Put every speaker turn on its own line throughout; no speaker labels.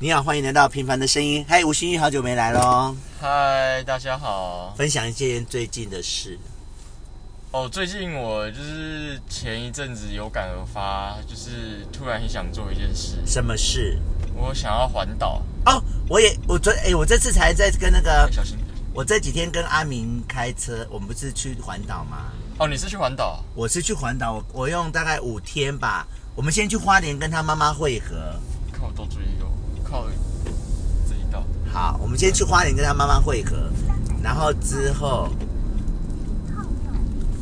你好，欢迎来到《平凡的声音》。嗨，吴新玉，好久没来喽。
嗨，大家好。
分享一件最近的事。
哦，最近我就是前一阵子有感而发，就是突然很想做一件事，
什么事？
我想要环岛。
哦，我也，我昨，哎，我这次才在跟那个
哎，小心。
我这几天跟阿明开车，我们不是去环岛吗？
哦，你是去环岛？
我是去环岛，我我用大概五天吧。我们先去花莲跟他妈妈会合。
靠，多注意哦，靠这一道。
好，我们先去花莲跟他妈妈会合，然后之后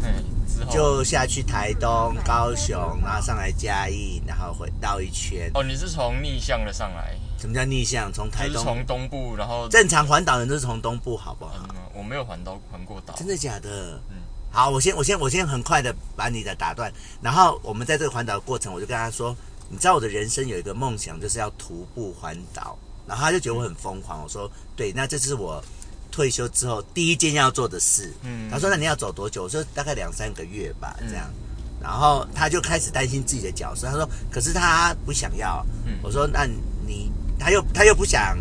哎，之后
就下去台东、高雄，然后上来嘉义，然后回绕一圈。
哦，你是从逆向的上来，
什么叫逆向？从台
就是
东
从东部，然后
正常环岛人都是从东部，好不好？
嗯，我没有环岛环过岛。
真的假的？
嗯
好，我先我先我先很快的把你的打断，然后我们在这个环岛的过程，我就跟他说，你知道我的人生有一个梦想，就是要徒步环岛，然后他就觉得我很疯狂，我说对，那这是我退休之后第一件要做的事。
嗯
他说那你要走多久？我说大概两三个月吧，这样。然后他就开始担心自己的脚伤，他说可是他不想要。
嗯
我说那你他又他又不想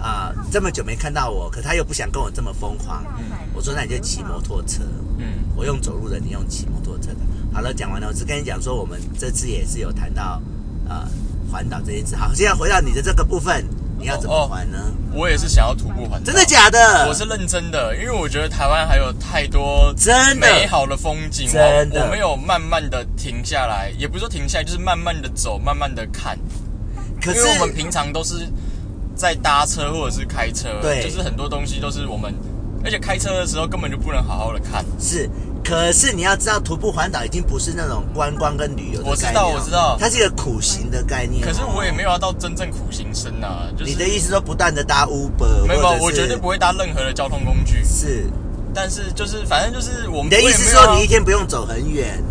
啊、这么久没看到我，可他又不想跟我这么疯狂。我说那你就骑摩托车，
嗯
我用走路的，你用骑摩托车的。好了，讲完了，我只跟你讲说，我们这次也是有谈到呃环岛这件事。好，现在回到你的这个部分，你要怎么环呢？
我也是想要徒步环岛。
真的假的？
哦我是认真的，因为我觉得台湾还有太多
真的
美好的风景，
真的
我我没有慢慢的停下来，也不是说停下来，就是慢慢的走，慢慢的看，
可
因
是
为我们平常都是在搭车或者是开车，
对
就是很多东西都是我们，而且开车的时候根本就不能好好的看。
是，可是你要知道，徒步环岛已经不是那种观光跟旅游的
我知
概念
道
哦
我知道
它是一个苦行的概念哦。
可是我也没有要到真正苦行僧啊，就是
你的意思说不断的搭 Uber，
没有，
或者是
我绝对不会搭任何的交通工具。
是。
但是就是反正就是我们
你的意思是
我也没有
说
要
你一天不用走很远，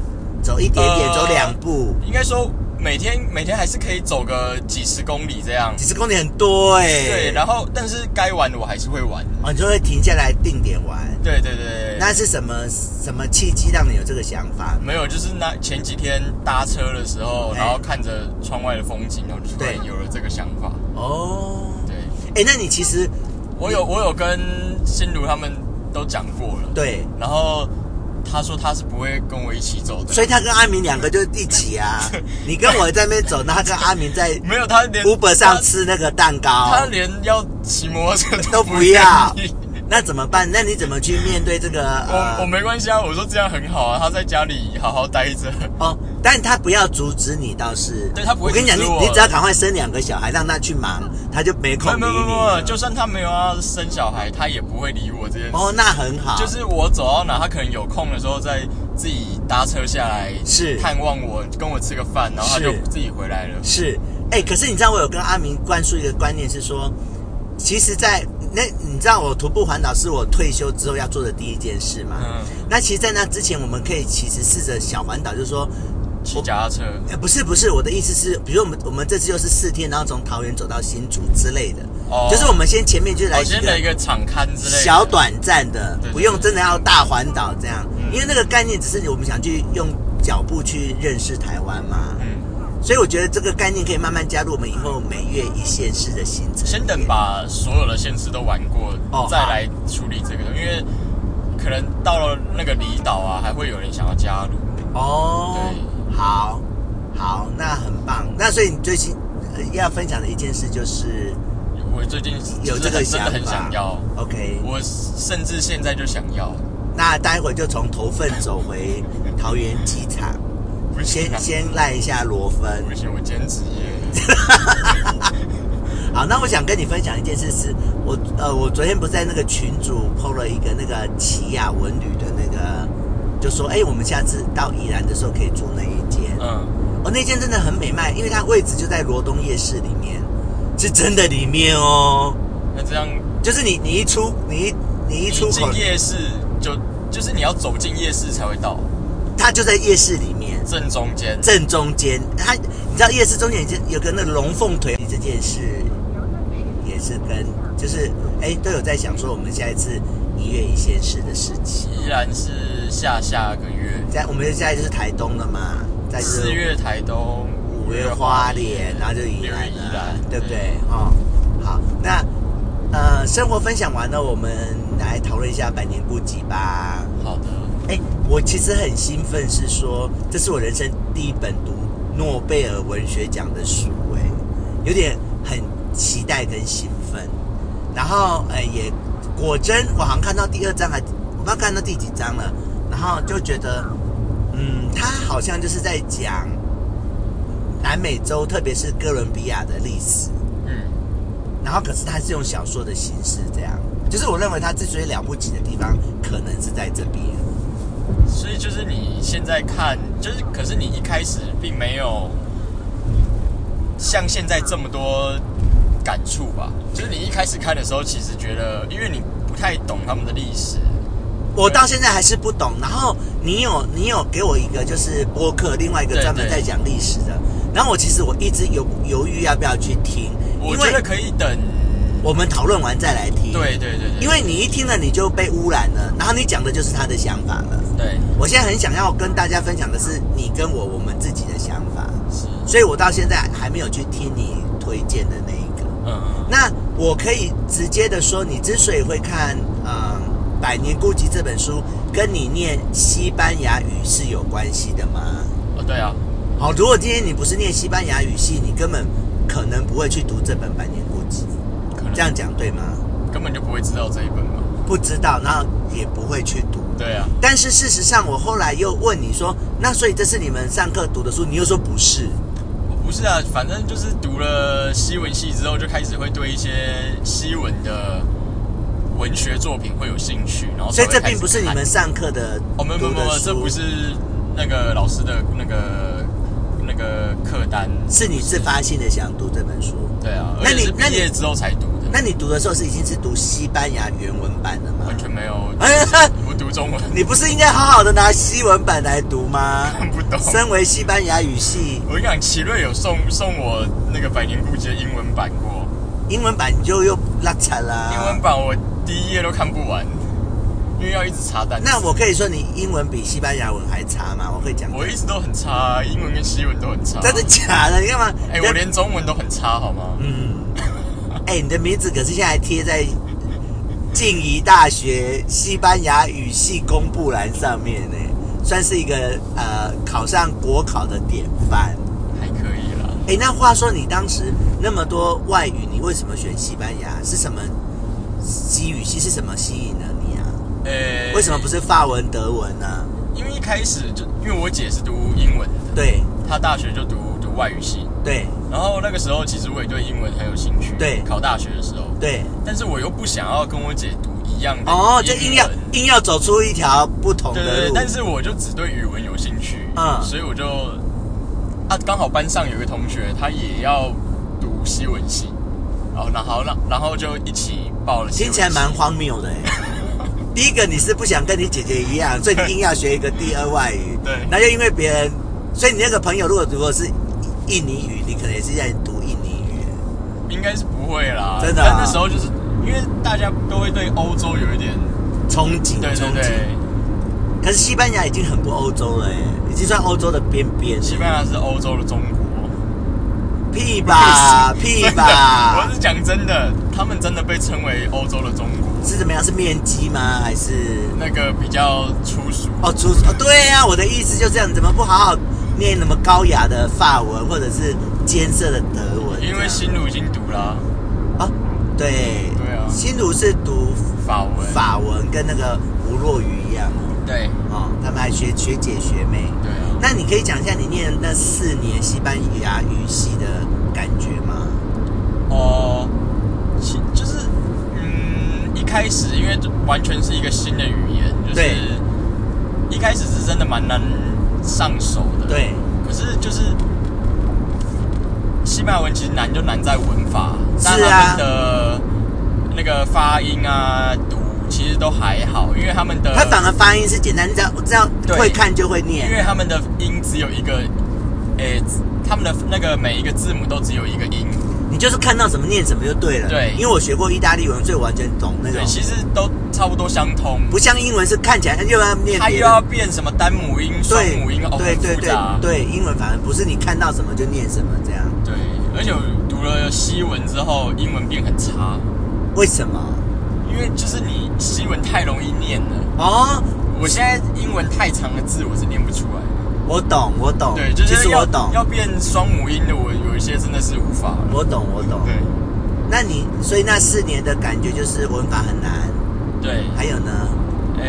走一点点，
呃
走两步，
应该说每天每天还是可以走个几十公里这样
几。十公里很多哎、
对，然
后
后但是该玩的我还是会玩。
哦，你就会停下来定点玩。
对对对，
那是什么什么契机让你有这个想法？
没有，就是那前几天搭车的时候，
哎
然后看着窗外的风景，然后就突然
对
有了这个想法。
哦，
对，
哎，那你其实
我有我有跟心如他们都讲过了，
对，
然后他说他是不会跟我一起走的，
所以他跟阿明两个就一起啊。 你跟我在那边走，那他跟阿明在
没有他连
Uber 上
他
吃那个蛋
他
糕，
连要骑摩托车
都
不
不要
愿意
那怎么办？那你怎么去面对这个？
我我
呃，
没关系啊，我说这样很好啊，他在家里好好待着。
哦，但他不要阻止你，倒是。
对他不会
我跟你讲，你
阻止我
你只要赶快生两个小孩，让他去忙，他就没
没
空
有
理
没有没有
你
没有，
了。
就算他没有要生小孩，他也不会理我这件事。
哦，那很好。
就是我走到哪，他可能有空的时候再自己搭车下来，
是
探望我，跟我吃个饭，然后他
是
就自己回来了。
是，哎、可是你知道我有跟阿明灌输一个观念是说，其实在，那你知道我徒步环岛是我退休之后要做的第一件事嘛？
嗯，
那其实，在那之前，我们可以其实试着小环岛，就是说，
骑脚踏车，
呃，不是不是，我的意思是，比如我们我们这次就是四天，然后从桃园走到新竹之类的，
哦
就是我们先前面就来
我
一
先来一
个
个场刊之类的。
小短暂的
对，对
不用真的要大环岛这样，
嗯
因为那个概念只是我们想去用脚步去认识台湾嘛。
嗯，
所以我觉得这个概念可以慢慢加入我们以后每月一县市的行程。
先等把所有的县市都玩过，
哦
再来处理这个，因为可能到了那个离岛啊，还会有人想要加入。
哦，
对
好，好，那很棒。那所以你最新、呃要分享的一件事就是
我最近
有这个
就是
想
很真
法，
的很想要，
OK，
我甚至现在就想要。
那待会就从头份走回桃园机 场，
不行
先
啊，
先赖一下罗芬。
不行，我兼职业。
好，那我想跟你分享一件事是，我呃，我昨天不是在那个群主 PO 了一个那个奇亚文旅的那个，就说哎、我们下次到宜兰的时候可以住那一间。
嗯，
哦，那间真的很美卖，因为它位置就在罗东夜市里面，是真的里面哦。
那这样
就是你你一出你一你一
你
出口
进，夜市就就是你要走进夜市才会到
它就在夜市里面
正中间。
正中间。它你知道夜市中间已经有个那个龙凤腿这件事，也是跟就是哎都有在想说我们下一次一月一线市的事情。
依然是下下个月，
在我们现在就是台东了嘛，在
四月台东，五
五月花莲，然后就宜兰
宜
了
兰，
对不对？哦，好，那呃，生活分享完了，我们来讨论一下百年孤寂吧。
好的，
哎，我其实很兴奋，是说这是我人生第一本读诺贝尔文学奖的书，哎，有点很期待跟兴奋。然后，哎，也果真，我好像看到第二章还，我刚看到第几章了，然后就觉得，嗯，他好像就是在讲南美洲，特别是哥伦比亚的历史。
嗯，
然后可是它是用小说的形式这样，就是我认为它之所以了不起的地方，可能是在这边。
所以就是你现在看，就是可是你一开始并没有像现在这么多感触吧？就是你一开始看的时候，其实觉得，因为你不太懂他们的历史，
我到现在还是不懂。然后你有你有给我一个就是播客，另外一个
对
专门
对
在讲历史的。然后我其实我一直犹犹豫要不要去听，因
我觉得
为
可以等。
我们讨论完再来听。，
对对对对，
因为你一听了你就被污染了，然后你讲的就是他的想法了。
对
我现在很想要跟大家分享的是你跟我我们自己的想法，
是，
所以我到现在还没有去听你推荐的那一个。
嗯嗯
那我可以直接的说，你之所以会看嗯《百年孤寂》这本书，跟你念西班牙语是有关系的吗？
哦对啊，
好，如果今天你不是念西班牙语系，你根本可能不会去读这本《百年孤寂
可能》，
这样讲对吗？
根本就不会知道这一本嘛。
不知道，然后也不会去读。
对啊，
但是事实上，我后来又问你说，那所以这是你们上课读的书，你又说不是。
不是啊，反正就是读了西文系之后，就开始会对一些西文的文学作品会有兴趣，然后
所以
才会
这
哦开始
并不是你
看
们上课的
哦，没有没有
读
没有
的，
这
书，
不是那个老师的那个那个课单，
是你自发性的想读这本书。
对啊，
那
而且
你
是
那
毕
你
业之后才读的，
那你读的时候是已经是读西班牙原文版的吗
完？全没有，
哎
我读中文
你不是应该好好的拿西文版来读吗？
看不懂。
身为西班牙语系
我跟你讲，奇瑞有送送我那个《百年孤寂》的英文版过，
英文版，你就又拉惨啦。
英文版我第一页都看不完，因为要一直查单词。
那我可以说你英文比西班牙文还差吗？我会讲，
我一直都很差，英文跟西文都很差。
真的假的？你干嘛？
哎、我连中文都很差，好吗？
嗯，哎、你的名字可是现在还贴在静宜大学西班牙语系公布栏上面呢，算是一个呃考上国考的典范。
还可以啦。
哎，那话说你当时那么多外语，你为什么选西班牙？是什么西语系是什么吸引了你啊？
呃、
为什么不？是法文、德文呢、
因为一开始就因为我姐是读英文的，
对
她大学就读读外语系，
对
然后那个时候其实我也对英文很有兴趣。
对
考大学的时候，
对，
但是我又不想要跟我姐读一样的
哦，就
英
硬要
文
硬要走出一条不同
对对
的
对
路，，
但是我就只对语文有兴趣，
嗯
所以我就啊，刚好班上有一个同学，他也要读西文系，哦，然后那然后就一起报了西
听
文系，
起来蛮荒谬的哎。 第一个你是不想跟你姐姐一样，所以你硬要学一个第二外语，
对
那就因为别人，所以你那个朋友如果如果是印尼语，你可能也是在读印尼语，
应该是不会啦，
真的啊
但那时候就是因为大家都会对欧洲有一点，
憧憬，
对对
憧憬。
对，
可是西班牙已经很不欧洲了耶，已经算欧洲的边边了。
西班牙是欧洲的中国，
屁 吧屁
真的
吧
我，是讲真的，他们真的被称为欧洲的中国，
是怎么样？是面积吗？还是
那个比较粗俗，
哦出哦？对呀、我的意思就这样，怎么不好好念那么高雅的法文或者是艰涩的德文这样？
因为新儒已经读啦，
哦，对
对啊
新儒是读
法文，
法文，跟那个吴若愚一样哦
对
哦，他们还学学姐学妹。
对啊。
那你可以讲一下你念那四年西班牙语系的感觉吗？
哦，其就是嗯，一开始因为完全是一个新的语言，就是
对
一开始是真的蛮难上手的。，
对，
可是就是西班牙文其实难就难在文法，
是啊
但他们的那个发音啊、读其实都还好，因为他们的
它反而发音是简单，你只要只要
对
会看就会念
因。为他们的音只有一个，诶、他们的那个每一个字母都只有一个音。
你你就是看到什么念什么就对了。
对
因为我学过意大利文，所以我完全懂那种
对，。其实都差不多相通。
不像英文是看起来又要念
它
别
又
的
要变什么单母音、双
对
母音，哦，
对
很
对
复
对
杂。
对，英文反而不是你看到什么就念什么这样。
对，而且我读了西文之后，英文变很差，
为什么？
因为就是你西文太容易念了。
哦，
我现在英文太长的字我是念不出来的，
我懂，我懂。
对，就
哦其
是
实我
要
懂，
要变双母音的，我有一些真的是无法了。
我懂，我懂。
对
那你所以那四年的感觉就是文法很难，
对，
还有呢，
呃，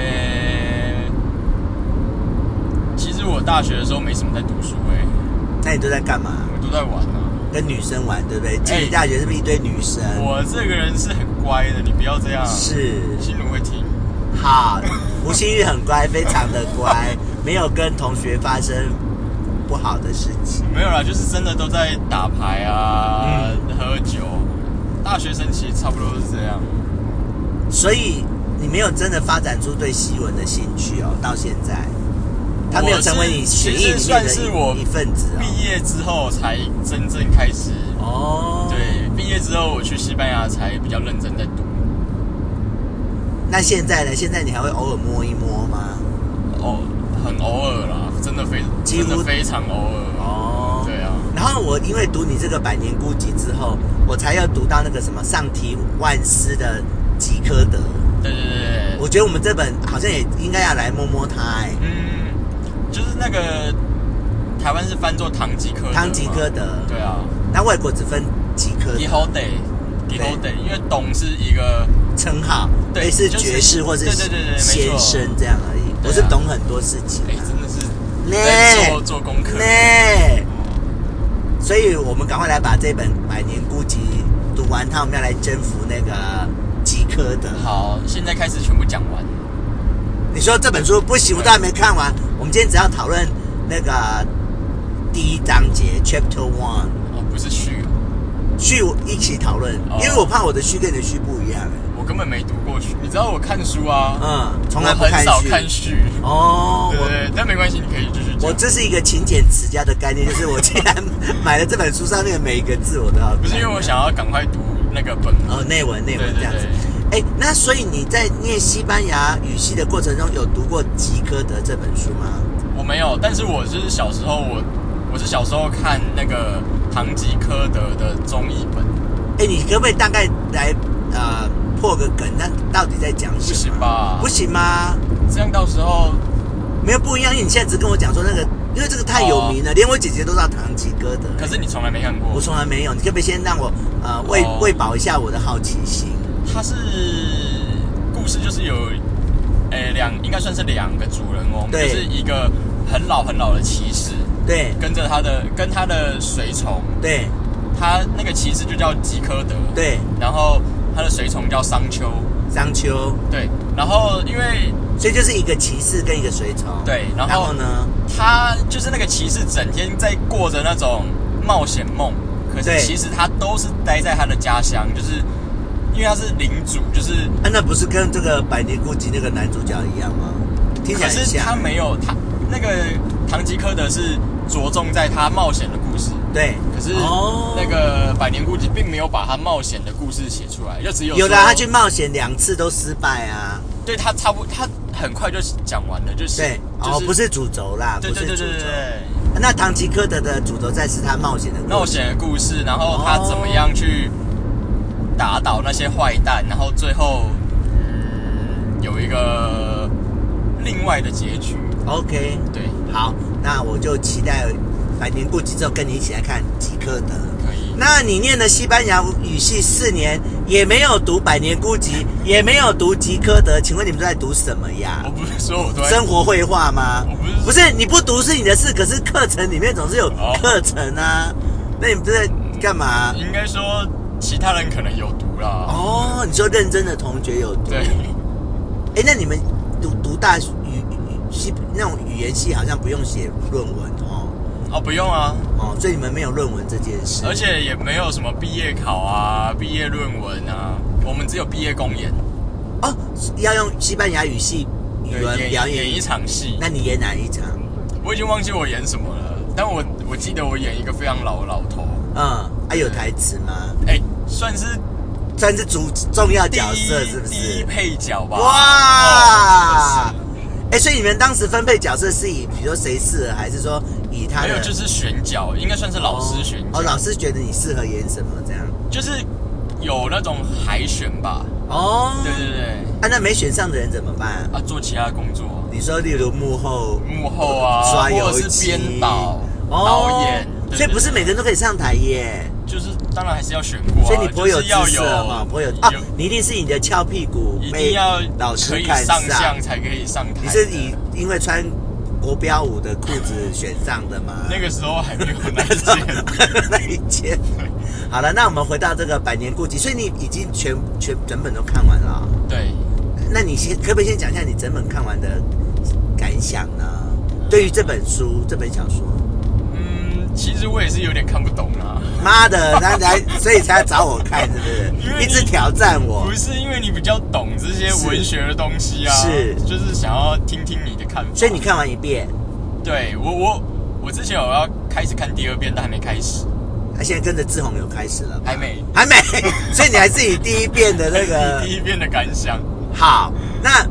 其实我大学的时候没什么在读书诶、
那你都在干嘛？
我都在玩啊。
跟女生玩，对不对？进理大学是不是一堆女生？
哎我啊这个人是很乖的，你不要这样。
嗯是，
心如会听。
好，吴新玉很乖，非常的乖，没有跟同学发生不好的事情。
没有啦，就是真的都在打牌啊，喝酒。大学生其实差不多是这样。
所以你没有真的发展出对西文的兴趣哦，到现在，他没有成为你学艺里
我是其实
面
算
的
是我
一一份子
毕业之后才真正开始，
哦。哦，，
对，毕业之后我去西班牙才比较认真在读。
那现在呢？现在你还会偶尔摸一摸吗？
哦，很偶尔啦，真的非
几乎
真的非常偶尔。
哦，
对啊，
然后我因为读你这个百年孤寂之后，我才要读到那个什么上提万斯的《基科德》，
对对对对，
我觉得我们这本好像也应该要来摸摸它哎，
嗯，就是那个台湾是翻作堂吉诃德嘛
汤吉诃德，
对啊
那外国只分吉科
g i
德
h o d e g i h o d e 因为董是一个
称号，
对
类似
就是
爵士或是
对对对对没
先
错
生这样而已，
对啊
我是懂很多事情
哎、
啊，
真的是在
嘞
做做功课。
嘞，所以我们赶快来把这本《百年孤寂》读完它，我们要来征服那个基科德。
好，现在开始全部讲完。
你说这本书不行，我都还没看完。我们今天只要讨论那个第一章节 Chapter One，
哦，不是序，
序一起讨论，
哦
因为我怕我的序跟你的序不一样。
我根本没读过序。你知道我看书啊，
嗯，从来
我
不
很少
序。
看序。
哦，
对对
我
对，但没关系，你可以继续
我
讲。
这是一个勤俭持家的概念，就是我竟然买了这本书上面的每一个字我都要看。
不是因为我想要赶快读那个本
哦内文内文
对对
这样子。哎，那所以你在念西班牙语系的过程中，有读过吉科德这本书吗？
我没有，但是我就是小时候我我是小时候看那个堂吉诃德的综艺本，
哎，你可不可以大概来呃破个梗？那到底在讲什么？
不行吧
不行吗？
这样到时候
嗯没有不一样，因为你现在只跟我讲说那个，因为这个太有名了，连我姐姐都知道唐吉诃德。
哦可是你从来没看
我
过，
从来没有，你可不可以先让我呃喂
哦
喂饱一下我的好奇心？
它是故事就是有，诶、两应该算是两个主人翁，就
对
是一个很老很老的骑士，
对
跟着他的跟他的随从，
对
他那个骑士就叫吉科德，，
对，
然后他的随从叫桑丘，
商丘，
对，然后因为
所以就是一个骑士跟一个随从。
对然后
呢？
他就是那个骑士，整天在过着那种冒险梦，可
对
是其实他都是待在他的家乡，就是因为他是领主，就是
啊，那不是跟这个《百年孤寂》那个男主角一样吗？听起
可
来很
是他
像。
没有他那个堂吉诃德是着重在他冒险的故事，
对，
可是
哦
那个百年孤寂并没有把他冒险的故事写出来，就只有
有
说
啦，他去冒险两次都失败啊。
对他差不他很快就讲完了，就是
对，
就是、
哦，不是主轴啦，
对对
不
对
是主
对
哦
对
轴。
对
那唐吉诃德的主轴在是他冒险的故事
冒险的故事，然后他怎么样去打倒那些坏蛋，然后最后嗯有一个另外的结局，
OK，
对，
好，那我就期待百年顾及之后跟你一起来看吉诃德。
可以。
那你念了西班牙语系四年，也没有读《百年孤寂》，也没有读吉诃德，请问你们都在读什么呀
我？不是说我都在
生活绘画吗
我不是？
不是，你不读是你的事，可是课程里面总是有
哦
课程啊。那你们都在干嘛？
应该说其他人可能有毒啦。
哦，你说认真的同学有读？
对，
哎，那你们读读大学语语系那种语言系好像不用写论文哦，
哦，不用啊，
哦，所以你们没有论文这件事。
而且也没有什么毕业考啊、毕业论文啊，我们只有毕业公演，
哦，要用西班牙语系语
对
文
演
表
演一
演，
场戏。
那你演哪一场？
我已经忘记我演什么了，但我我记得我演一个非常老的老头，
嗯，啊，有台词吗？
哎、算是
算是主重要
第
角
一
色是不
第一
是？
配角吧。
哇
哦！
哎、所以你们当时分配角色是以，比如说谁适合，还是说以他
真的是没
的？
有，就是选角，应该算是老师选角，
哦，老师觉得你适合演什么这样？
就是有那种海选吧。
哦，
对对对，
啊，那没选上的人怎么办？
啊，做其他工作，
你说，例如幕后、
幕后啊，
刷
或
油
者是
漆
编导、
哦
导演，对
所以不是每个人都可以上台耶。
对就是当然还是要选过、啊，
所以你颇有
就是
姿
要有
色嘛，颇有啊
有，
你一定是你的翘屁股
一定
被
要
老
可
师
以
看
上相才可以上台的。
你是你因为穿国标舞的裤子选上的吗？
那个时候还没有那 件，
那一件。好了，那我们回到这个百年孤寂，所以你已经全全整本都看完了啊、
对，
那你先可不可以先讲一下你整本看完的感想呢？对于这本书，这本小说，
嗯，其实我也是有点看不懂啊。
妈的， 他来，所以才要找我看，是不
因
是？
为你
一直挑战我
不，是因为你比较懂这些文学的东西啊，
是
就是想要听听你的看法。
所以你看完一遍，
对我我我之前有要开始看第二遍，但还没开始，
他现在跟着志宏有开始了吧，
还没。
还没，所以你还是以第一遍的那个
第一遍的感想，
好，那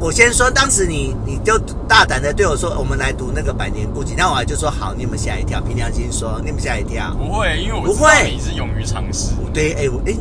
我先说，当时你你就大胆的对我说，我们来读那个《百年孤寂》，那我还就说好，你们吓一跳，凭良心说，你们吓一跳。
不会，因为我
不
知道
会
你是勇于尝试。
对，哎、我哎、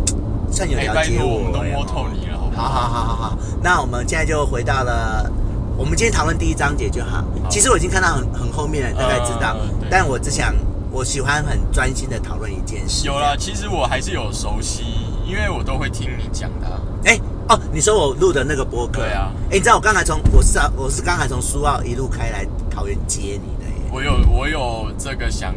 算有
哎，
了
拜
解
托，我
我。
们都摸透你了，好不
好好好好好，那我们现在就回到了，我们今天讨论第一章节就好。
好
其实我已经看到很很后面了，大概知道，
呃对
但我只想，我喜欢很专心的讨论一件事。
有啦，其实我还是有熟悉，因为我都会听你讲的啊、
哎、哦，你说我录的那个播客，
对啊
哎、你知道我刚才从我是啊我是刚才从苏澳一路开来桃园接你的耶，
我有我有这个想，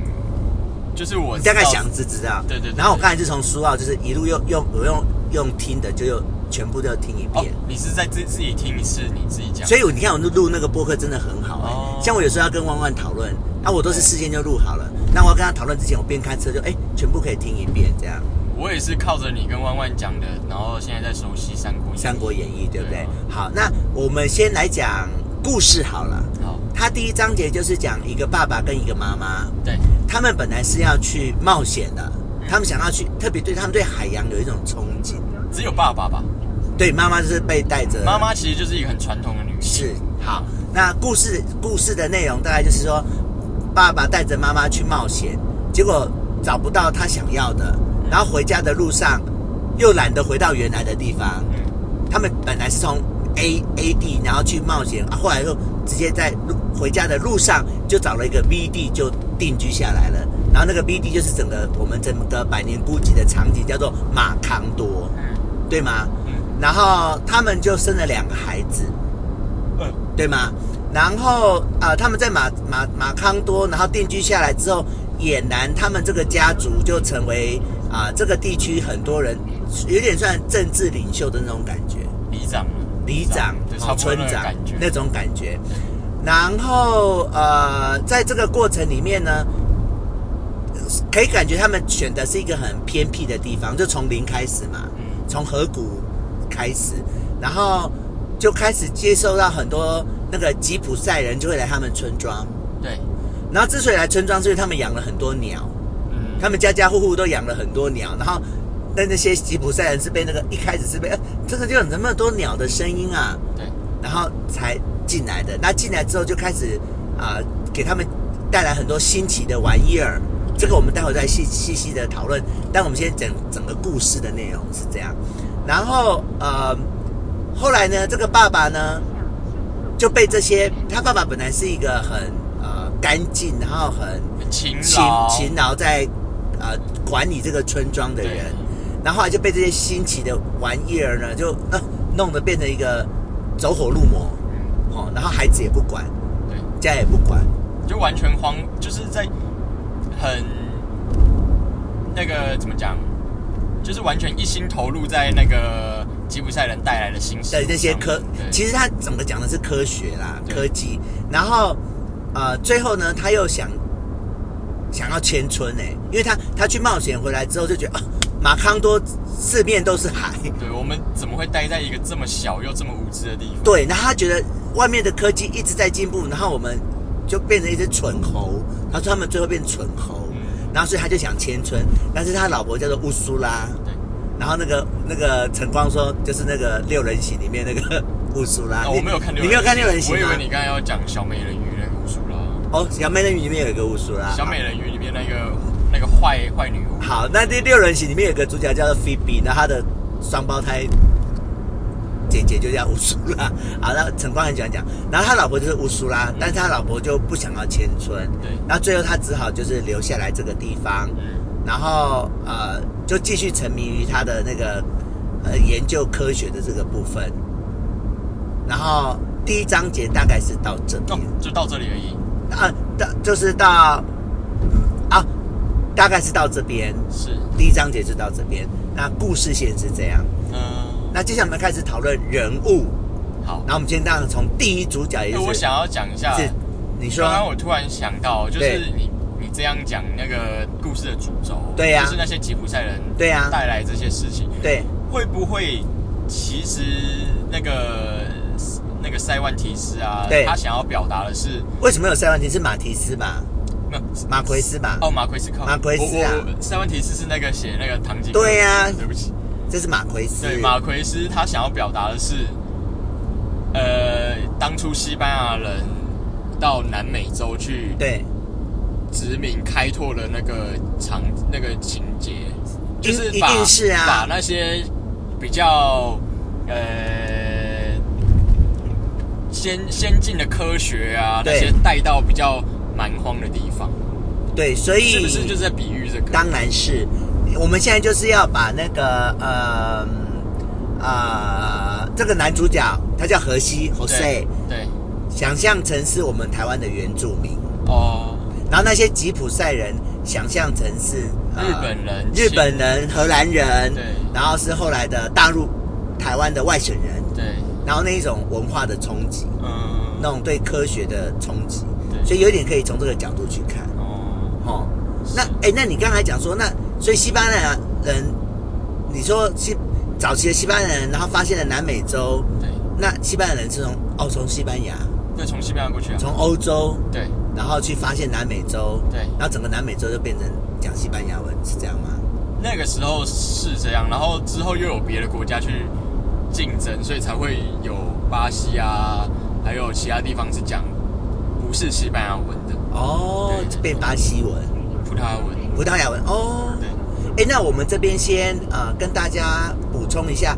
就是我
你
知道
大概想知知道，
对对对
然后我刚才就从苏澳就是一路用用我用用听的，就又全部都要听一
哦
遍。，
你是在自自己听，是你自己讲，
所以你看我录那个播客真的很好哎、
哦
像我有时候要跟万万讨论，啊，我都是事先就录好了。那我要跟他讨论之前，我边开车就哎、全部可以听一遍这样。
我也是靠着你跟万万讲的，然后现在在熟悉《三国演义》。
《三国演义》，对不对？
对啊
好，那我们先来讲故事好了。
好，
它第一章节就是讲一个爸爸跟一个妈妈，
对，
他们本来是要去冒险的，
嗯
他们想要去，特别对他们对海洋有一种憧憬。
只有爸爸吧，
对，妈妈就是被带着。
妈妈其实就是一个很传统的女性。
呃是好。那故事故事的内容大概就是说，爸爸带着妈妈去冒险，结果找不到他想要的，
嗯
然后回家的路上又懒得回到原来的地方。
嗯，
他们本来是从 A A 地，然后去冒险，啊后来又直接在路回家的路上就找了一个 B 地就定居下来了。然后那个 B 地就是整个我们整个百年孤寂的场景，叫做马康多，
嗯
对吗？
嗯
然后他们就生了两个孩子，
嗯，
对吗？然后啊、呃他们在马马马康多，然后定居下来之后，俨然他们这个家族就成为啊、这个地区很多人有点算政治领袖的那种感觉，
里长，
里长、
对，
哦
差不多
村
那个
长
感觉。
那种感觉。然后呃，在这个过程里面呢，呃可以感觉他们选的是一个很偏僻的地方，就从零开始嘛。
嗯
从河谷开始，然后就开始接受到很多那个吉普赛人就会来他们村庄。
对，
然后之所以来村庄，是因为他们养了很多鸟，
嗯，
他们家家户户都养了很多鸟。然后那那些吉普赛人是被那个一开始是被，呃、这个就有那么多鸟的声音啊，
对，
然后才进来的。那进来之后就开始啊、给他们带来很多新奇的玩意儿。这个我们待会再细细细的讨论。但我们先整整个故事的内容是这样。然后呃，后来呢，这个爸爸呢就被这些他爸爸本来是一个很呃干净，然后很
很勤
勤
劳，
勤劳在呃管理这个村庄的人
对，
然后后来就被这些新奇的玩意儿呢，就呃弄得变成一个走火入魔
嗯，
哦，然后孩子也不管，
对。
家也不管，
就完全荒，就是在很那个怎么讲，就是完全一心投入在那个吉普赛人带来的新事物上
对
面。
那些科，
对
其实他整个讲的是科学啦，
对
科技，然后呃最后呢，他又想想要迁村呢、因为他他去冒险回来之后就觉得、哦、马康多四面都是海。
对我们怎么会待在一个这么小又这么无知的地方？
对，然后他觉得外面的科技一直在进步，然后我们就变成一只蠢猴。他说他们最后变蠢猴，
嗯
然后所以他就想迁村，但是他老婆叫做乌苏拉，
对，
然后那个那个陈光说，就是那个六人行里面那个乌苏拉，
啊，
你
我没有看六人，啊
你没有看六人行啊
我以
吗
为你刚才要讲小美人鱼那个巫术啦，
哦，小美人鱼里面有一个乌苏拉，
小美人鱼里面那个那个坏坏女巫，
啊好，那第六人行里面有个主角叫做菲比，那他的双胞胎姐姐就叫乌苏拉。好，那陈光很喜欢讲，然后他老婆就是乌苏拉，但是他老婆就不想要迁村，
对
然后最后他只好就是留下来这个地方，
嗯，
然后呃就继续沉迷于他的那个呃研究科学的这个部分。然后第一章节大概是到这边，
哦，就到这里而已，
啊，到就是到啊，大概是到这边。
是，
第一章节就到这边。那故事线是这样，
嗯，
那接下来我们开始讨论人物。
好
那，我们今天当然从第一主角，也
那
就是
哎我想要讲一下，
是你说
刚刚我突然想到，就
对
是你你这样讲那个故事的主轴，
对呀
就是那些吉普赛人
对呀
带来这些事情，
对
会不会其实那个那个塞万提斯啊，
对
他想要表达的是
为什么有塞万提斯马提斯嘛，
没有
马奎斯嘛？
哦马奎斯靠
马奎斯啊
我我塞万提斯是那个写那个唐吉诃德
对呀
对不起，
这是马奎斯。
对马奎斯他想要表达的是，呃，当初西班牙人到南美洲去
对
殖民开拓的那个场那个情节，
一
就是
一
把
定是啊
把那些比较呃先先进的科学啊那
对
些带到比较蛮荒的地方，
对所以
是不是就是在比喻这个？
当然是，我们现在就是要把那个呃呃这个男主角，他叫荷西 Jose，
对对
想象成是我们台湾的原住民。
哦，
然后那些吉普赛人想象成是、呃
日本人
日本人、荷兰人，
对
然后是后来的大陆、台湾的外省人，
对，
然后那一种文化的冲击，
嗯，
那种对科学的冲击，
对
所以有点可以从这个角度去看，
哦，
哦。那哎，那你刚才讲说，那所以西班牙人，你说西早期的西班牙人，然后发现了南美洲，
对，
那西班牙人是从哦从西班牙，
对，从西班牙过去啊，
从欧洲，
对
然后去发现南美洲，
对，
然后整个南美洲就变成讲西班牙文，是这样吗？
那个时候是这样，然后之后又有别的国家去竞争，所以才会有巴西啊，还有其他地方是讲不是西班牙文的
哦
对，
就变巴西文、
葡萄牙文。
葡萄牙文哦。
嗯对，
哎，那我们这边先呃跟大家补充一下，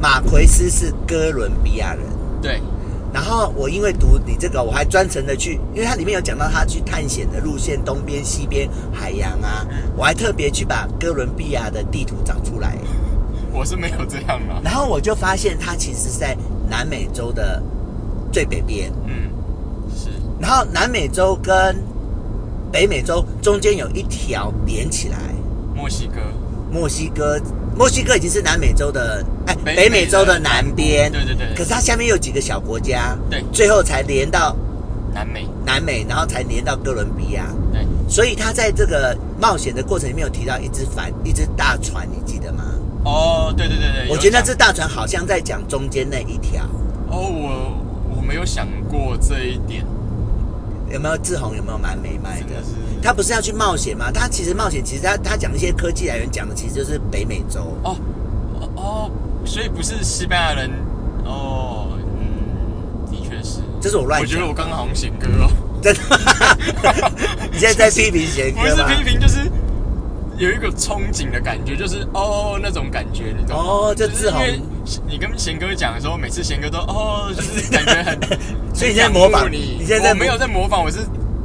马奎斯是哥伦比亚人。
对，
然后我因为读你这个，我还专程的去，因为它里面有讲到他去探险的路线，东边、西边、海洋啊，我还特别去把哥伦比亚的地图找出来。
我是没有这样啦。
然后我就发现它其实是在南美洲的最北边。
嗯，是，
然后南美洲跟北美洲中间有一条连起来，
墨西哥，
墨西哥，墨西哥已经是南美洲的，哎，
北
北美洲的南边，
对对对
可是它下面有几个小国家，
对
最后才连到
南美，
南美，然后才连到哥伦比亚。
对，
所以他在这个冒险的过程里面有提到一只帆，一只大船，你记得吗？
哦，对对对对，
我觉得那
有
只
讲
大船好像在讲中间那一条，
哦，我我没有想过这一点，
有没有志宏有没有蛮美卖的
真的是？
他不是要去冒险吗？他其实冒险，其实他他讲一些科技来源，讲的其实就是北美洲。
哦哦哦，所以不是西班牙人哦，嗯，的确是。
这是我乱
我觉
讲
得我刚刚好像写歌哦，
真的吗？你现在在批评贤
不
哥
是
吗？
批评，就是有一个憧憬的感觉，就是哦那种感觉，你懂吗？
哦就
就是
志
因
宏
为你跟贤哥讲的时候，每次贤哥都哦，就是感觉很，
所以你在模仿
很仰慕你，
你现在在
我没有在模仿，我是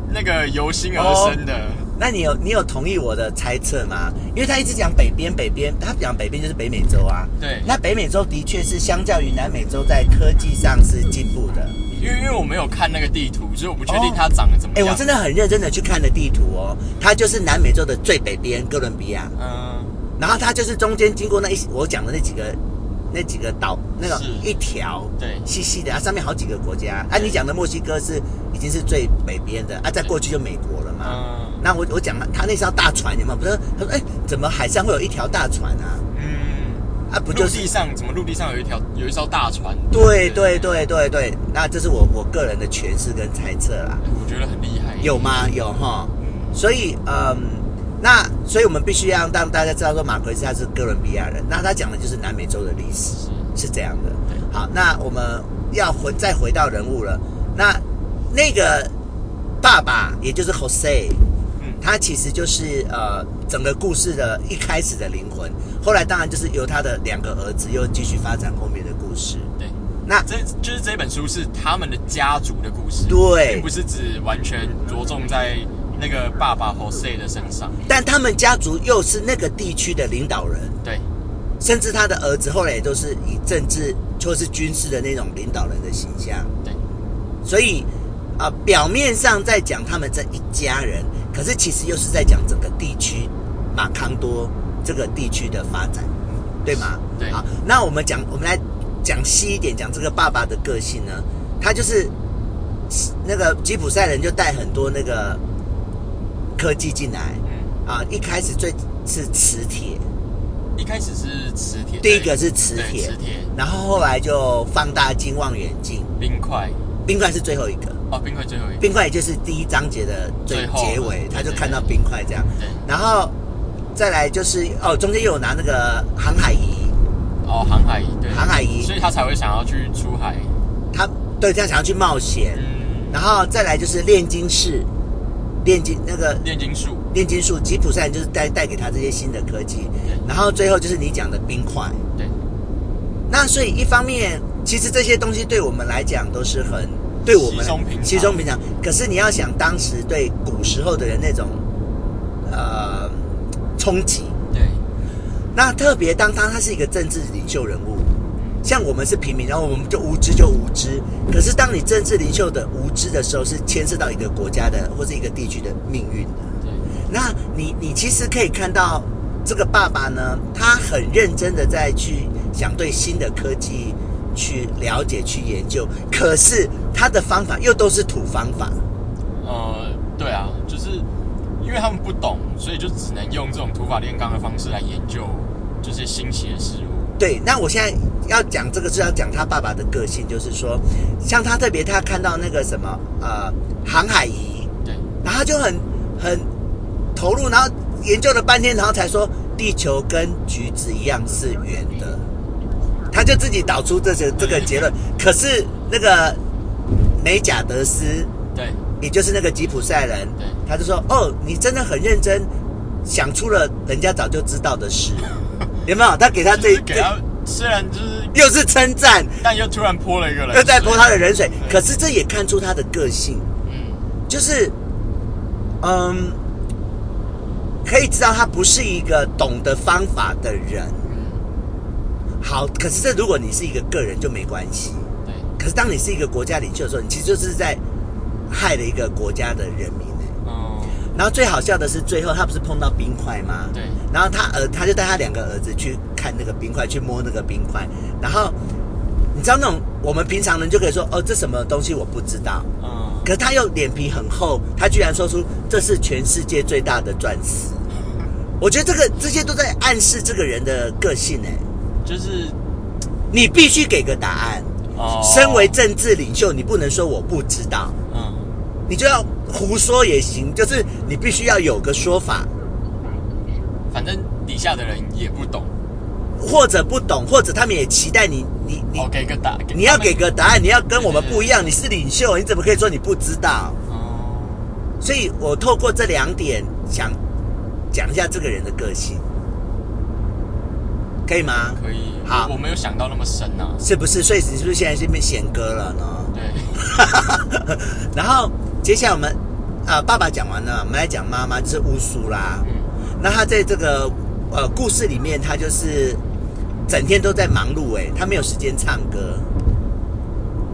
那个由心而生的。
那你有你有同意我的猜测吗？因为他一直讲北边北边，他讲北边就是北美洲啊。
对
那北美洲的确是相较于南美洲在科技上是进步的。
因为因为我没有看那个地图，所以我不确定
哦
它长得怎么
哎、
样。
我真的很认真的去看了地图哦，它就是南美洲的最北边哥伦比亚，
嗯
然后它就是中间经过那一我讲的那几个那几个岛那个
是
一条
对
细细的啊，上面好几个国家。啊，你讲的墨西哥是已经是最北边的啊，再过去就美国了嘛。
嗯
那我我讲了，他那艘大船有没有？不是，他说哎、怎么海上会有一条大船啊？
嗯。
啊，不
陆
就
地
是？
上怎么陆地上有一条有一艘大船？
对对，对对对，那这是我我个人的诠释跟猜测啦。
我觉得很厉害。
有吗？有哈。
嗯，
所以嗯，那所以我们必须要让大家知道说，马奎斯他是哥伦比亚人，那他讲的就是南美洲的历史是这样的。好，那我们要回再回到人物了，那那个爸爸也就是 Jose。
嗯
他其实就是呃整个故事的一开始的灵魂，后来当然就是由他的两个儿子又继续发展后面的故事。
对，
那
这就是这本书是他们的家族的故事，
对
并不是只完全着重在那个爸爸 Jose 的身上，
但他们家族又是那个地区的领导人，
对，
甚至他的儿子后来也都是以政治或是军事的那种领导人的形象。
对，
所以啊、呃表面上在讲他们这一家人，可是其实又是在讲整个地区马康多这个地区的发展，对吗？
对
好，那我们讲，我们来讲细一点，讲这个爸爸的个性呢，他就是那个吉普赛人就带很多那个科技进来
嗯，
啊，一开始最是磁铁，
一开始是磁铁，
第一
对
个是磁
对
铁
磁铁
然后后来就放大镜、望远镜，
冰块，
冰块是最后一个。
哦，冰块最后一个，
冰块也就是第一章节的最
最后
结尾，
对
他就
对
看到冰块这样，
对，
然后再来就是哦，中间又有拿那个航海仪，
哦，航海仪，对，
航海仪
所以他才会想要去出海，
他对他想要去冒险，
嗯，
然后再来就是炼金士，炼金那个
炼金术，
炼金术，吉普赛人就是带带给他这些新的科技
对，
然后最后就是你讲的冰块。
对，
那所以一方面，其实这些东西对我们来讲都是很对我们
稀松平常
稀松平常。可是你要想当时对古时候的人那种呃冲击，
对，
那特别当他他是一个政治领袖人物，像我们是平民，然后我们就无知就无知。可是当你政治领袖的无知的时候，是牵涉到一个国家的或是一个地区的命运的。
对，
那你你其实可以看到，这个爸爸呢，他很认真的在去想对新的科技去了解、去研究，可是他的方法又都是土方法，
呃，对啊，就是因为他们不懂，所以就只能用这种土法炼钢的方式来研究这些新奇的事物。
对，那我现在要讲这个是要讲他爸爸的个性，就是说，像他特别他看到那个什么呃航海仪，
对，
然后他就很很投入，然后研究了半天，然后才说地球跟橘子一样是圆的，他就自己导出这些这个结论。可是那个美甲德斯，
对，
也就是那个吉普赛人
对，
他就说：“哦，你真的很认真，想出了人家早就知道的事，有没有？”他给他
就
这
是给他，虽然就是，
这又是称赞，
但又突然泼了一个人，
又在泼他的人水，
对
可是这也看出他的个性。
嗯，
就是，嗯，可以知道他不是一个懂得方法的人。好，可是这如果你是一个个人就没关系。
嗯对，
可是当你是一个国家领袖的时候，你其实就是在害了一个国家的人民欸。
嗯，
然后最好笑的是，最后他不是碰到冰块吗？
对
然后他儿他就带他两个儿子去看那个冰块，去摸那个冰块。然后你知道那种我们平常人就可以说哦，这什么东西我不知道。
嗯，
可是他又脸皮很厚，他居然说出这是全世界最大的钻石。我觉得这个这些都在暗示这个人的个性哎、
就是
你必须给个答案。
哦，
身为政治领袖，你不能说我不知道，
嗯，
你就要胡说也行，就是你必须要有个说法，
反正底下的人也不懂，
或者不懂，或者他们也期待你你你、
哦，给个答，
你要
他们
给个答案，你要跟我们不一样，你是领袖，你怎么可以说你不知道？
哦，
所以我透过这两点想讲一下这个人的个性，可以吗？
可以，
好
我没有想到那么深啊，
是不是？所以你是不是现在是变贤哥了呢？
对，
然后接下来我们啊、爸爸讲完了，我们来讲妈妈，就是乌苏啦。
嗯，
那她在这个呃故事里面，她就是整天都在忙碌、哎，她没有时间唱歌。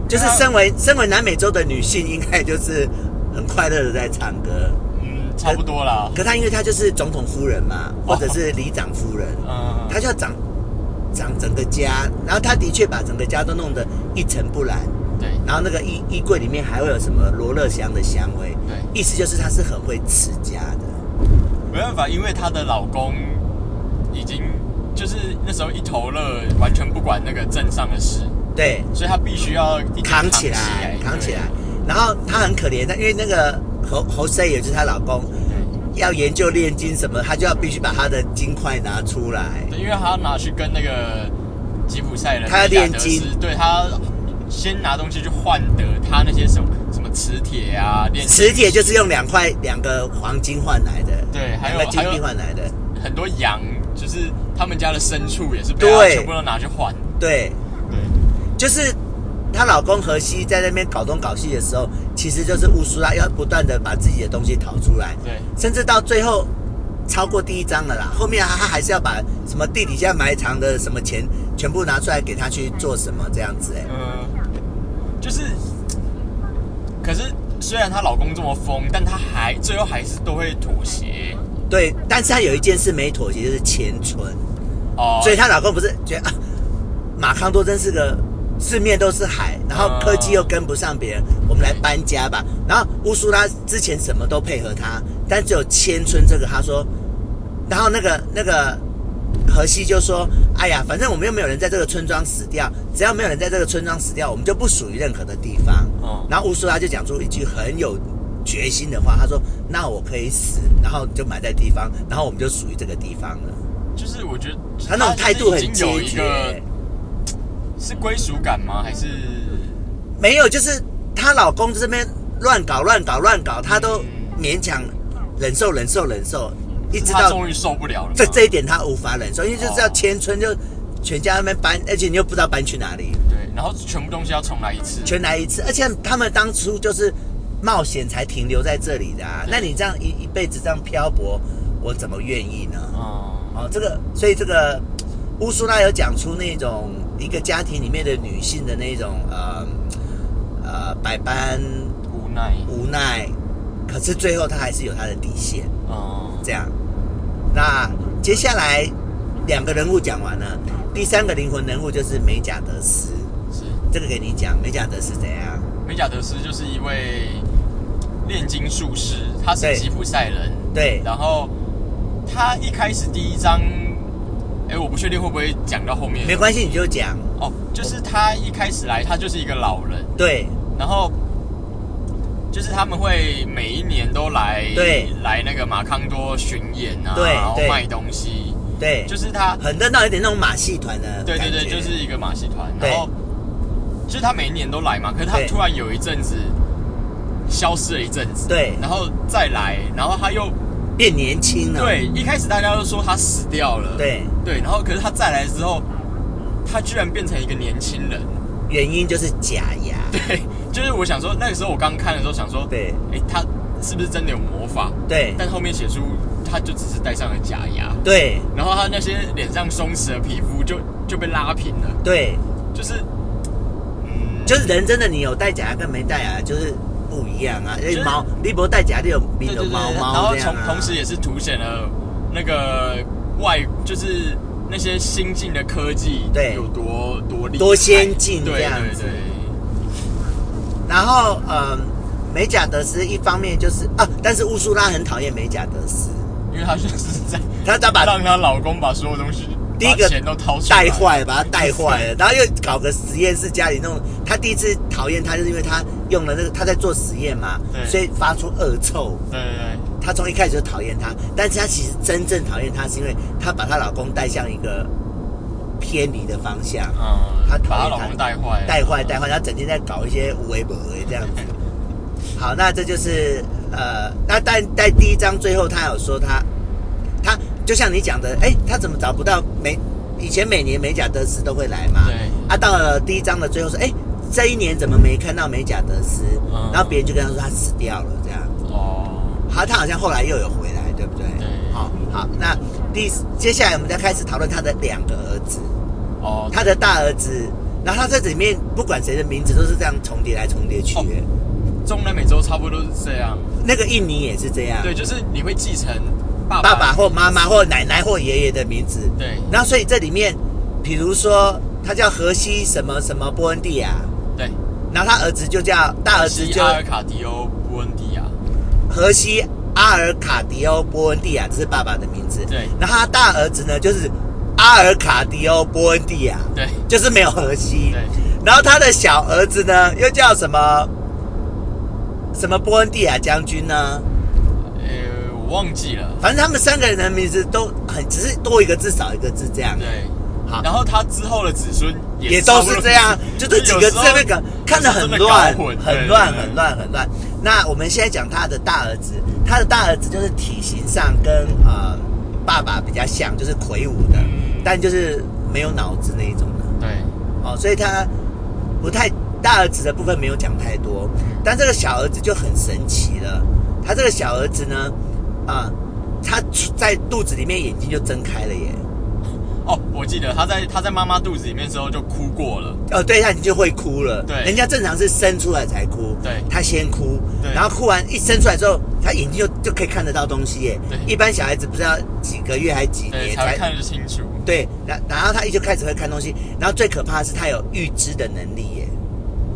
就是
她
身为身为南美洲的女性，应该就是很快乐的在唱歌。
嗯，差不多啦，
可她因为她就是总统夫人嘛，
哦
或者是里长夫人，
嗯，
她就要掌掌整个家，然后她的确把整个家都弄得一尘不染。
对，
然后那个衣衣柜里面还会有什么罗勒香的香味，
对
意思就是她是很会持家的，
没办法，因为她的老公已经就是那时候一头热，完全不管那个镇上的事，
对，
所以她必须要一直
扛
起
起来，扛起来
对。
然后她很可怜，但因为那个侯侯赛也就是她老公，
对
要研究炼金什么，他就要必须把他的金块拿出来。
对，因为他要拿去跟那个吉普赛人，
他要炼金，
对他先拿东西去换得他那些什么什么磁铁啊，炼金
磁铁就是用两块两个黄金换来的，
对还有
两个金
还
币
有
换来的，
很多羊，就是他们家的牲畜也是被他
对
全部都拿去换，
对，
对，
就是她老公荷西在那边搞东搞西的时候，其实就是乌苏拉要不断的把自己的东西逃出来，
对
甚至到最后超过第一章了啦，后面她还是要把什么地底下埋藏的什么钱全部拿出来给他去做什么这样子、哎，
呃，就是，可是虽然她老公这么疯，但她还最后还是都会妥协
对，但是她有一件事没妥协，就是钱存，
哦。
所以她老公不是觉得、啊、马康多真是个。四面都是海，然后科技又跟不上别人，我们来搬家吧。然后乌苏拉之前什么都配合他，但只有千春这个，他说然后那个那个荷西就说：“哎呀，反正我们又没有人在这个村庄死掉，只要没有人在这个村庄死掉，我们就不属于任何的地方。”
哦
然后乌苏拉就讲出一句很有决心的话，他说：“那我可以死，然后就埋在地方，然后我们就属于这个地方了。
就是我觉得”
他那种态度
她
很
已经有
坚
一
决、
个是归属感吗？还是
没有，就是她老公这边乱搞乱搞乱搞，她都勉强忍受忍受忍受，一直
她
到
终于受不了了吗？
这这一点她无法忍受，因为就知道
哦
千春就全家那边搬，而且你又不知道搬去哪里。
对，然后全部东西要重来一次，
全来一次，而且他们当初就是冒险才停留在这里的啊。
对
那你这样一一辈子这样漂泊，我怎么愿意呢？
哦，
哦，这个，所以这个乌苏拉有讲出那种一个家庭里面的女性的那种呃呃百般
无奈，
无奈，可是最后她还是有她的底线。
哦，
这样，那接下来两个人物讲完了，第三个灵魂人物就是美甲德斯，
是
这个给你讲，美甲德斯怎样？
美甲德斯就是一位炼金术士，他是
对
吉普赛人，
对
然后他一开始第一章，哎，我不确定会不会讲到后面。
没关系，你就讲。
哦，就是他一开始来，他就是一个老人，
对
然后就是他们会每一年都来，
对
来那个马康多巡演啊，
对
然后
对
卖东西，
对，
就是他，
很热闹，有点那种马戏团的
对对
感
对，
觉
就是一个马戏团，
对
然后就是他每一年都来嘛，可是他
对
突然有一阵子消失了一阵子，
对
然后再来，然后他又
变年轻了。
对，一开始大家都说他死掉了，
嗯对
对，然后可是他再来之后，他居然变成一个年轻人，
原因就是假牙。
对， 就是我想说那个时候我刚看的时候想说，
对
哎，他是不是真的有魔法？
对
但后面写出他就只是戴上了假牙，
对
然后他那些脸上松弛的皮肤就就被拉平了，
对，
就是，嗯，
就是人真的，你有戴假牙跟没戴牙就是不一样啊。因
是
为毛，你不戴假牙，你有你
对对
有
对，
毛
然
毛
后
这样
同
啊。
同时也是凸显了那个外，就是那些新进的科技
对
有多多厉害
多先进
对
这样
对
子
对，
然后嗯，美甲德斯一方面就是啊，但是乌苏拉很讨厌美甲德斯，
因为她就是在
她她把
让她老公把所有东西
第一个
把钱都掏出来
带，坏了，把他带 坏了，然后又搞个实验室家里弄。他第一次讨厌他，就是因为他用了那个他在做实验嘛
对，
所以发出恶臭。
对对对。
她从一开始就讨厌他，但是她其实真正讨厌他是因为她把她老公带向一个偏离的方向，
嗯，
她
把
讨
她
厌
老
他
公带坏了，
带坏带坏，她整天在搞一些无为不为这样 子。好，那这就是呃，那但在第一章最后，她有说她，她就像你讲的，哎，她怎么找不到美？以前每年美甲德斯都会来嘛，
对
啊，到了第一章的最后说，哎，这一年怎么没看到美甲德斯？
嗯
然后别人就跟她说她死掉了这样。
哦，
好，他好像后来又有回来，对不对？
对
好，好，那第接下来我们再开始讨论他的两个儿子，
哦，
他的大儿子，然后他这里面不管谁的名字都是这样重叠来重叠去的，
哦中南美洲差不多是这样，
那个印尼也是这样，
对，就是你会继承爸
爸爸或妈妈或奶奶或爷爷的名字，
对
然后所以这里面，比如说他叫荷西什么什么波恩蒂亚，
对，
然后他儿子就叫大儿子
西
就
阿尔卡迪欧布恩迪亚，
荷西阿尔卡迪欧波恩蒂亚，这是爸爸的名字。
对
然后他大儿子呢，就是阿尔卡迪欧波恩蒂亚，
对
就是没有荷西。
对，
然后他的小儿子呢，又叫什么什么波恩蒂亚将军呢？
呃，我我忘记了。
反正他们三个人的名字都很，只是多一个字少一个字这样。
对，
好
然后他之后的子孙也
也
差
都
不多
是这 样，就这几个字那个看得很乱，很乱，很。乱，很乱。那我们现在讲他的大儿子，他的大儿子就是体型上跟呃爸爸比较像，就是魁梧的
嗯，
但就是没有脑子那一种的
有时候对
哦，所以他不太大儿子的部分没有讲太多，但这个小儿子就很神奇了。他这个小儿子呢，啊、他在肚子里面眼睛就睁开了耶。
哦，我记得他在他在妈妈肚子里面的时候就哭过了，
哦，对，他已经就会哭了。
对
人家正常是生出来才哭，
对
他先哭，
对
然后哭完一生出来之后，他眼睛就就可以看得到东西耶。
对
一般小孩子不知道几个月还几
对，
年
才
才
会看得清楚。
对，然然后他一就开始会看东西，然后最可怕的是他有预知的能力耶。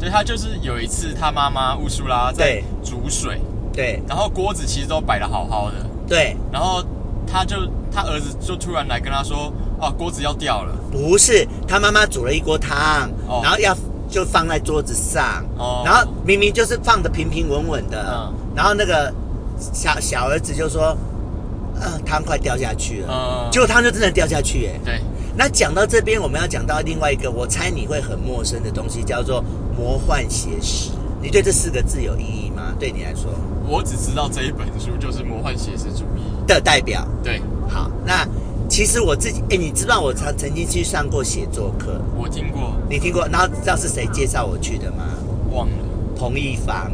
对他就是有一次他妈妈乌苏拉在
对
煮水，
对
然后锅子其实都摆的好好的，
对，
然后他就他儿子就突然来跟他说：“哦、锅子要掉了。
不是他妈妈煮了一锅汤，
哦
然后要就放在桌子上，
哦
然后明明就是放的平平稳稳的，
嗯
然后那个小小儿子就说，呃，汤快掉下去了。
嗯
结果汤就真的掉下去耶。
对，
那讲到这边，我们要讲到另外一个，我猜你会很陌生的东西，叫做魔幻写实。你对这四个字有意义吗？对你来说
我只知道这一本书就是魔幻写实主义。
的代表。
对
好，那其实我自己，哎，你知道我曾曾经去上过写作课，
我听过，
你听过？然后知道是谁介绍我去的吗？
忘了。
彭一凡，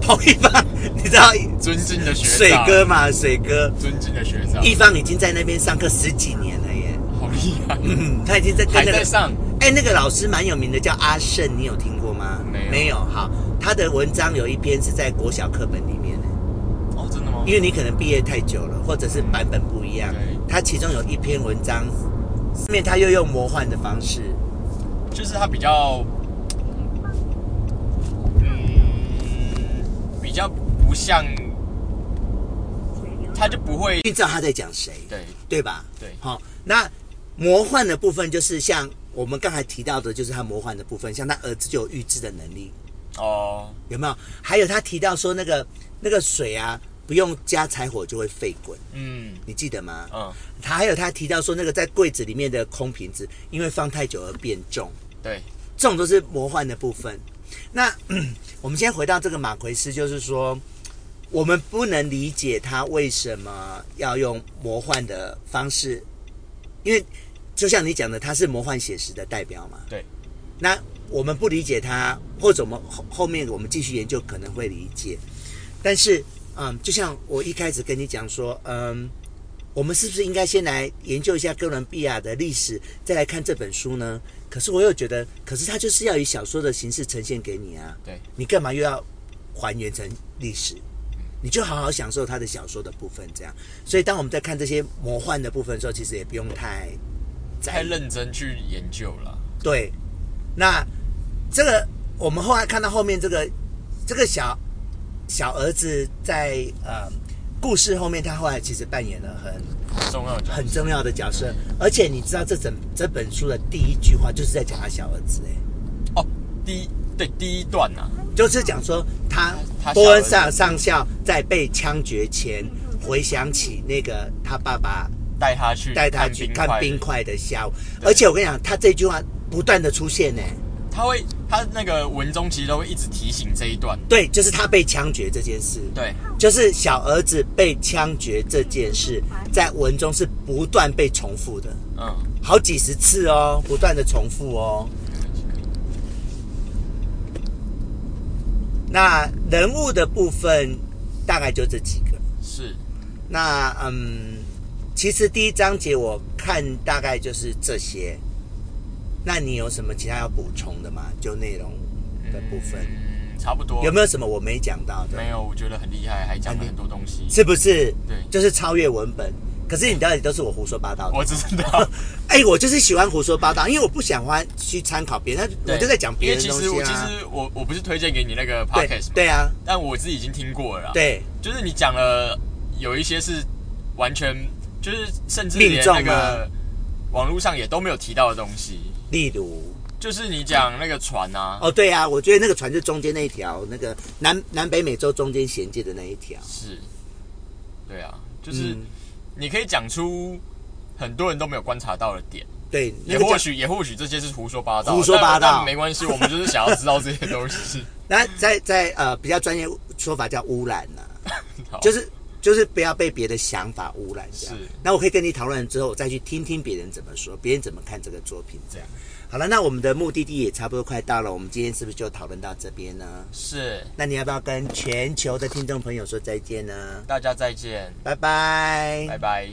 彭一凡，你知道
尊敬的学
水
长，啊
哥嘛？水哥，
尊敬的学长，
一方已经在那边上课十几年了耶。
好厉 害，
嗯，他已经在跟
还
那
在
个
上。
哎，那个老师蛮有名的，叫阿胜，你有听过吗？
没有
好，他的文章有一篇是在国小课本里面的，
哦，真的吗？
因为你可能毕业太久了，或者是版本不一样
对。
他其中有一篇文章，上面他又用魔幻的方式，
就是他比较，嗯，比较不像，他就不会
你知道他在讲谁，
对
对吧？
对
好、那魔幻的部分就是像我们刚才提到的，就是他魔幻的部分，像他儿子就有预知的能力，
哦，
有没有？还有他提到说那个那个水啊，不用加柴火就会沸滚，
嗯
你记得吗？
嗯，
他还有他提到说，那个在柜子里面的空瓶子，因为放太久而变重，
对
这种都是魔幻的部分。那、 嗯我们先回到这个马奎斯，就是说，我们不能理解他为什么要用魔幻的方式，因为就像你讲的，他是魔幻写实的代表嘛。
对。
那我们不理解他，或者我们后后面我们继续研究可能会理解，但是，嗯，就像我一开始跟你讲说，嗯。我们是不是应该先来研究一下哥伦比亚的历史，再来看这本书呢？可是我又觉得，可是它就是要以小说的形式呈现给你啊，
对，
你干嘛又要还原成历史？你就好好享受他的小说的部分，这样。所以当我们在看这些魔幻的部分的时候，其实也不用太
太认真去研究了。
对，那这个我们后来看到后面这个这个小小儿子在呃故事后面，他后来其实扮演了很
很重要的
很重要的角色，而且你知道这整这本书的第一句话就是在讲他小儿子、哎，
哦，第一对第一段啊呐、
就是讲说他
他他小儿子
波恩上上校在被枪决前回想起那个他爸爸
带他去
带他去看冰
块，
块的下午，
对
而且我跟你讲，他这句话不断的出现呢、哎
他会他那个文中其实都会一直提醒这一段。
对，就是他被枪决这件事，
对
就是小儿子被枪决这件事，在文中是不断被重复的，
嗯，
好几十次哦，不断的重复哦。那人物的部分大概就这几个。
是
那嗯，其实第一章节我看大概就是这些。那你有什么其他要补充的吗？就内容的部分，
嗯，差不多
有没有什么我没讲到的？
没有，我觉得很厉害，还讲了很多东西。
是不是？
对
就是超越文本。可是你到底都是我胡说八道的。
我只知 道，
哎、我就是喜欢胡说八道，因为我不喜欢去参考别人，那
对
我就在讲
因
别
为
人
其
的东
实
西
我其
啊。
实我我不是推荐给你那个
对
podcast 啊吗？
对啊，
但我自己已经听过了啦。，
对
就是你讲了有一些是完全就是甚至
命
连
中
那个网络上也都没有提到的东西，
例如
就是你讲那个船啊，
哦，对啊，我觉得那个船就中间那一条，那个南南北美洲中间衔接的那一条。
是，对啊，就是
嗯
你可以讲出很多人都没有观察到的点，
对，
也
那个
或
叫
许也或许这些是胡说八道，
胡说八道
但但没关系，我们就是想要知道这些 东西。
那在在呃比较专业说法叫污染呢、
好
就是就是不要被别的想法污染这样
是。
那我可以跟你讨论之后，我再去听听别人怎么说，别人怎么看这个作品这样。好了，那我们的目的地也差不多快到了，我们今天是不是就讨论到这边呢？
是，
那你要不要跟全球的听众朋友说再见呢？
大家再见，
拜拜
拜拜。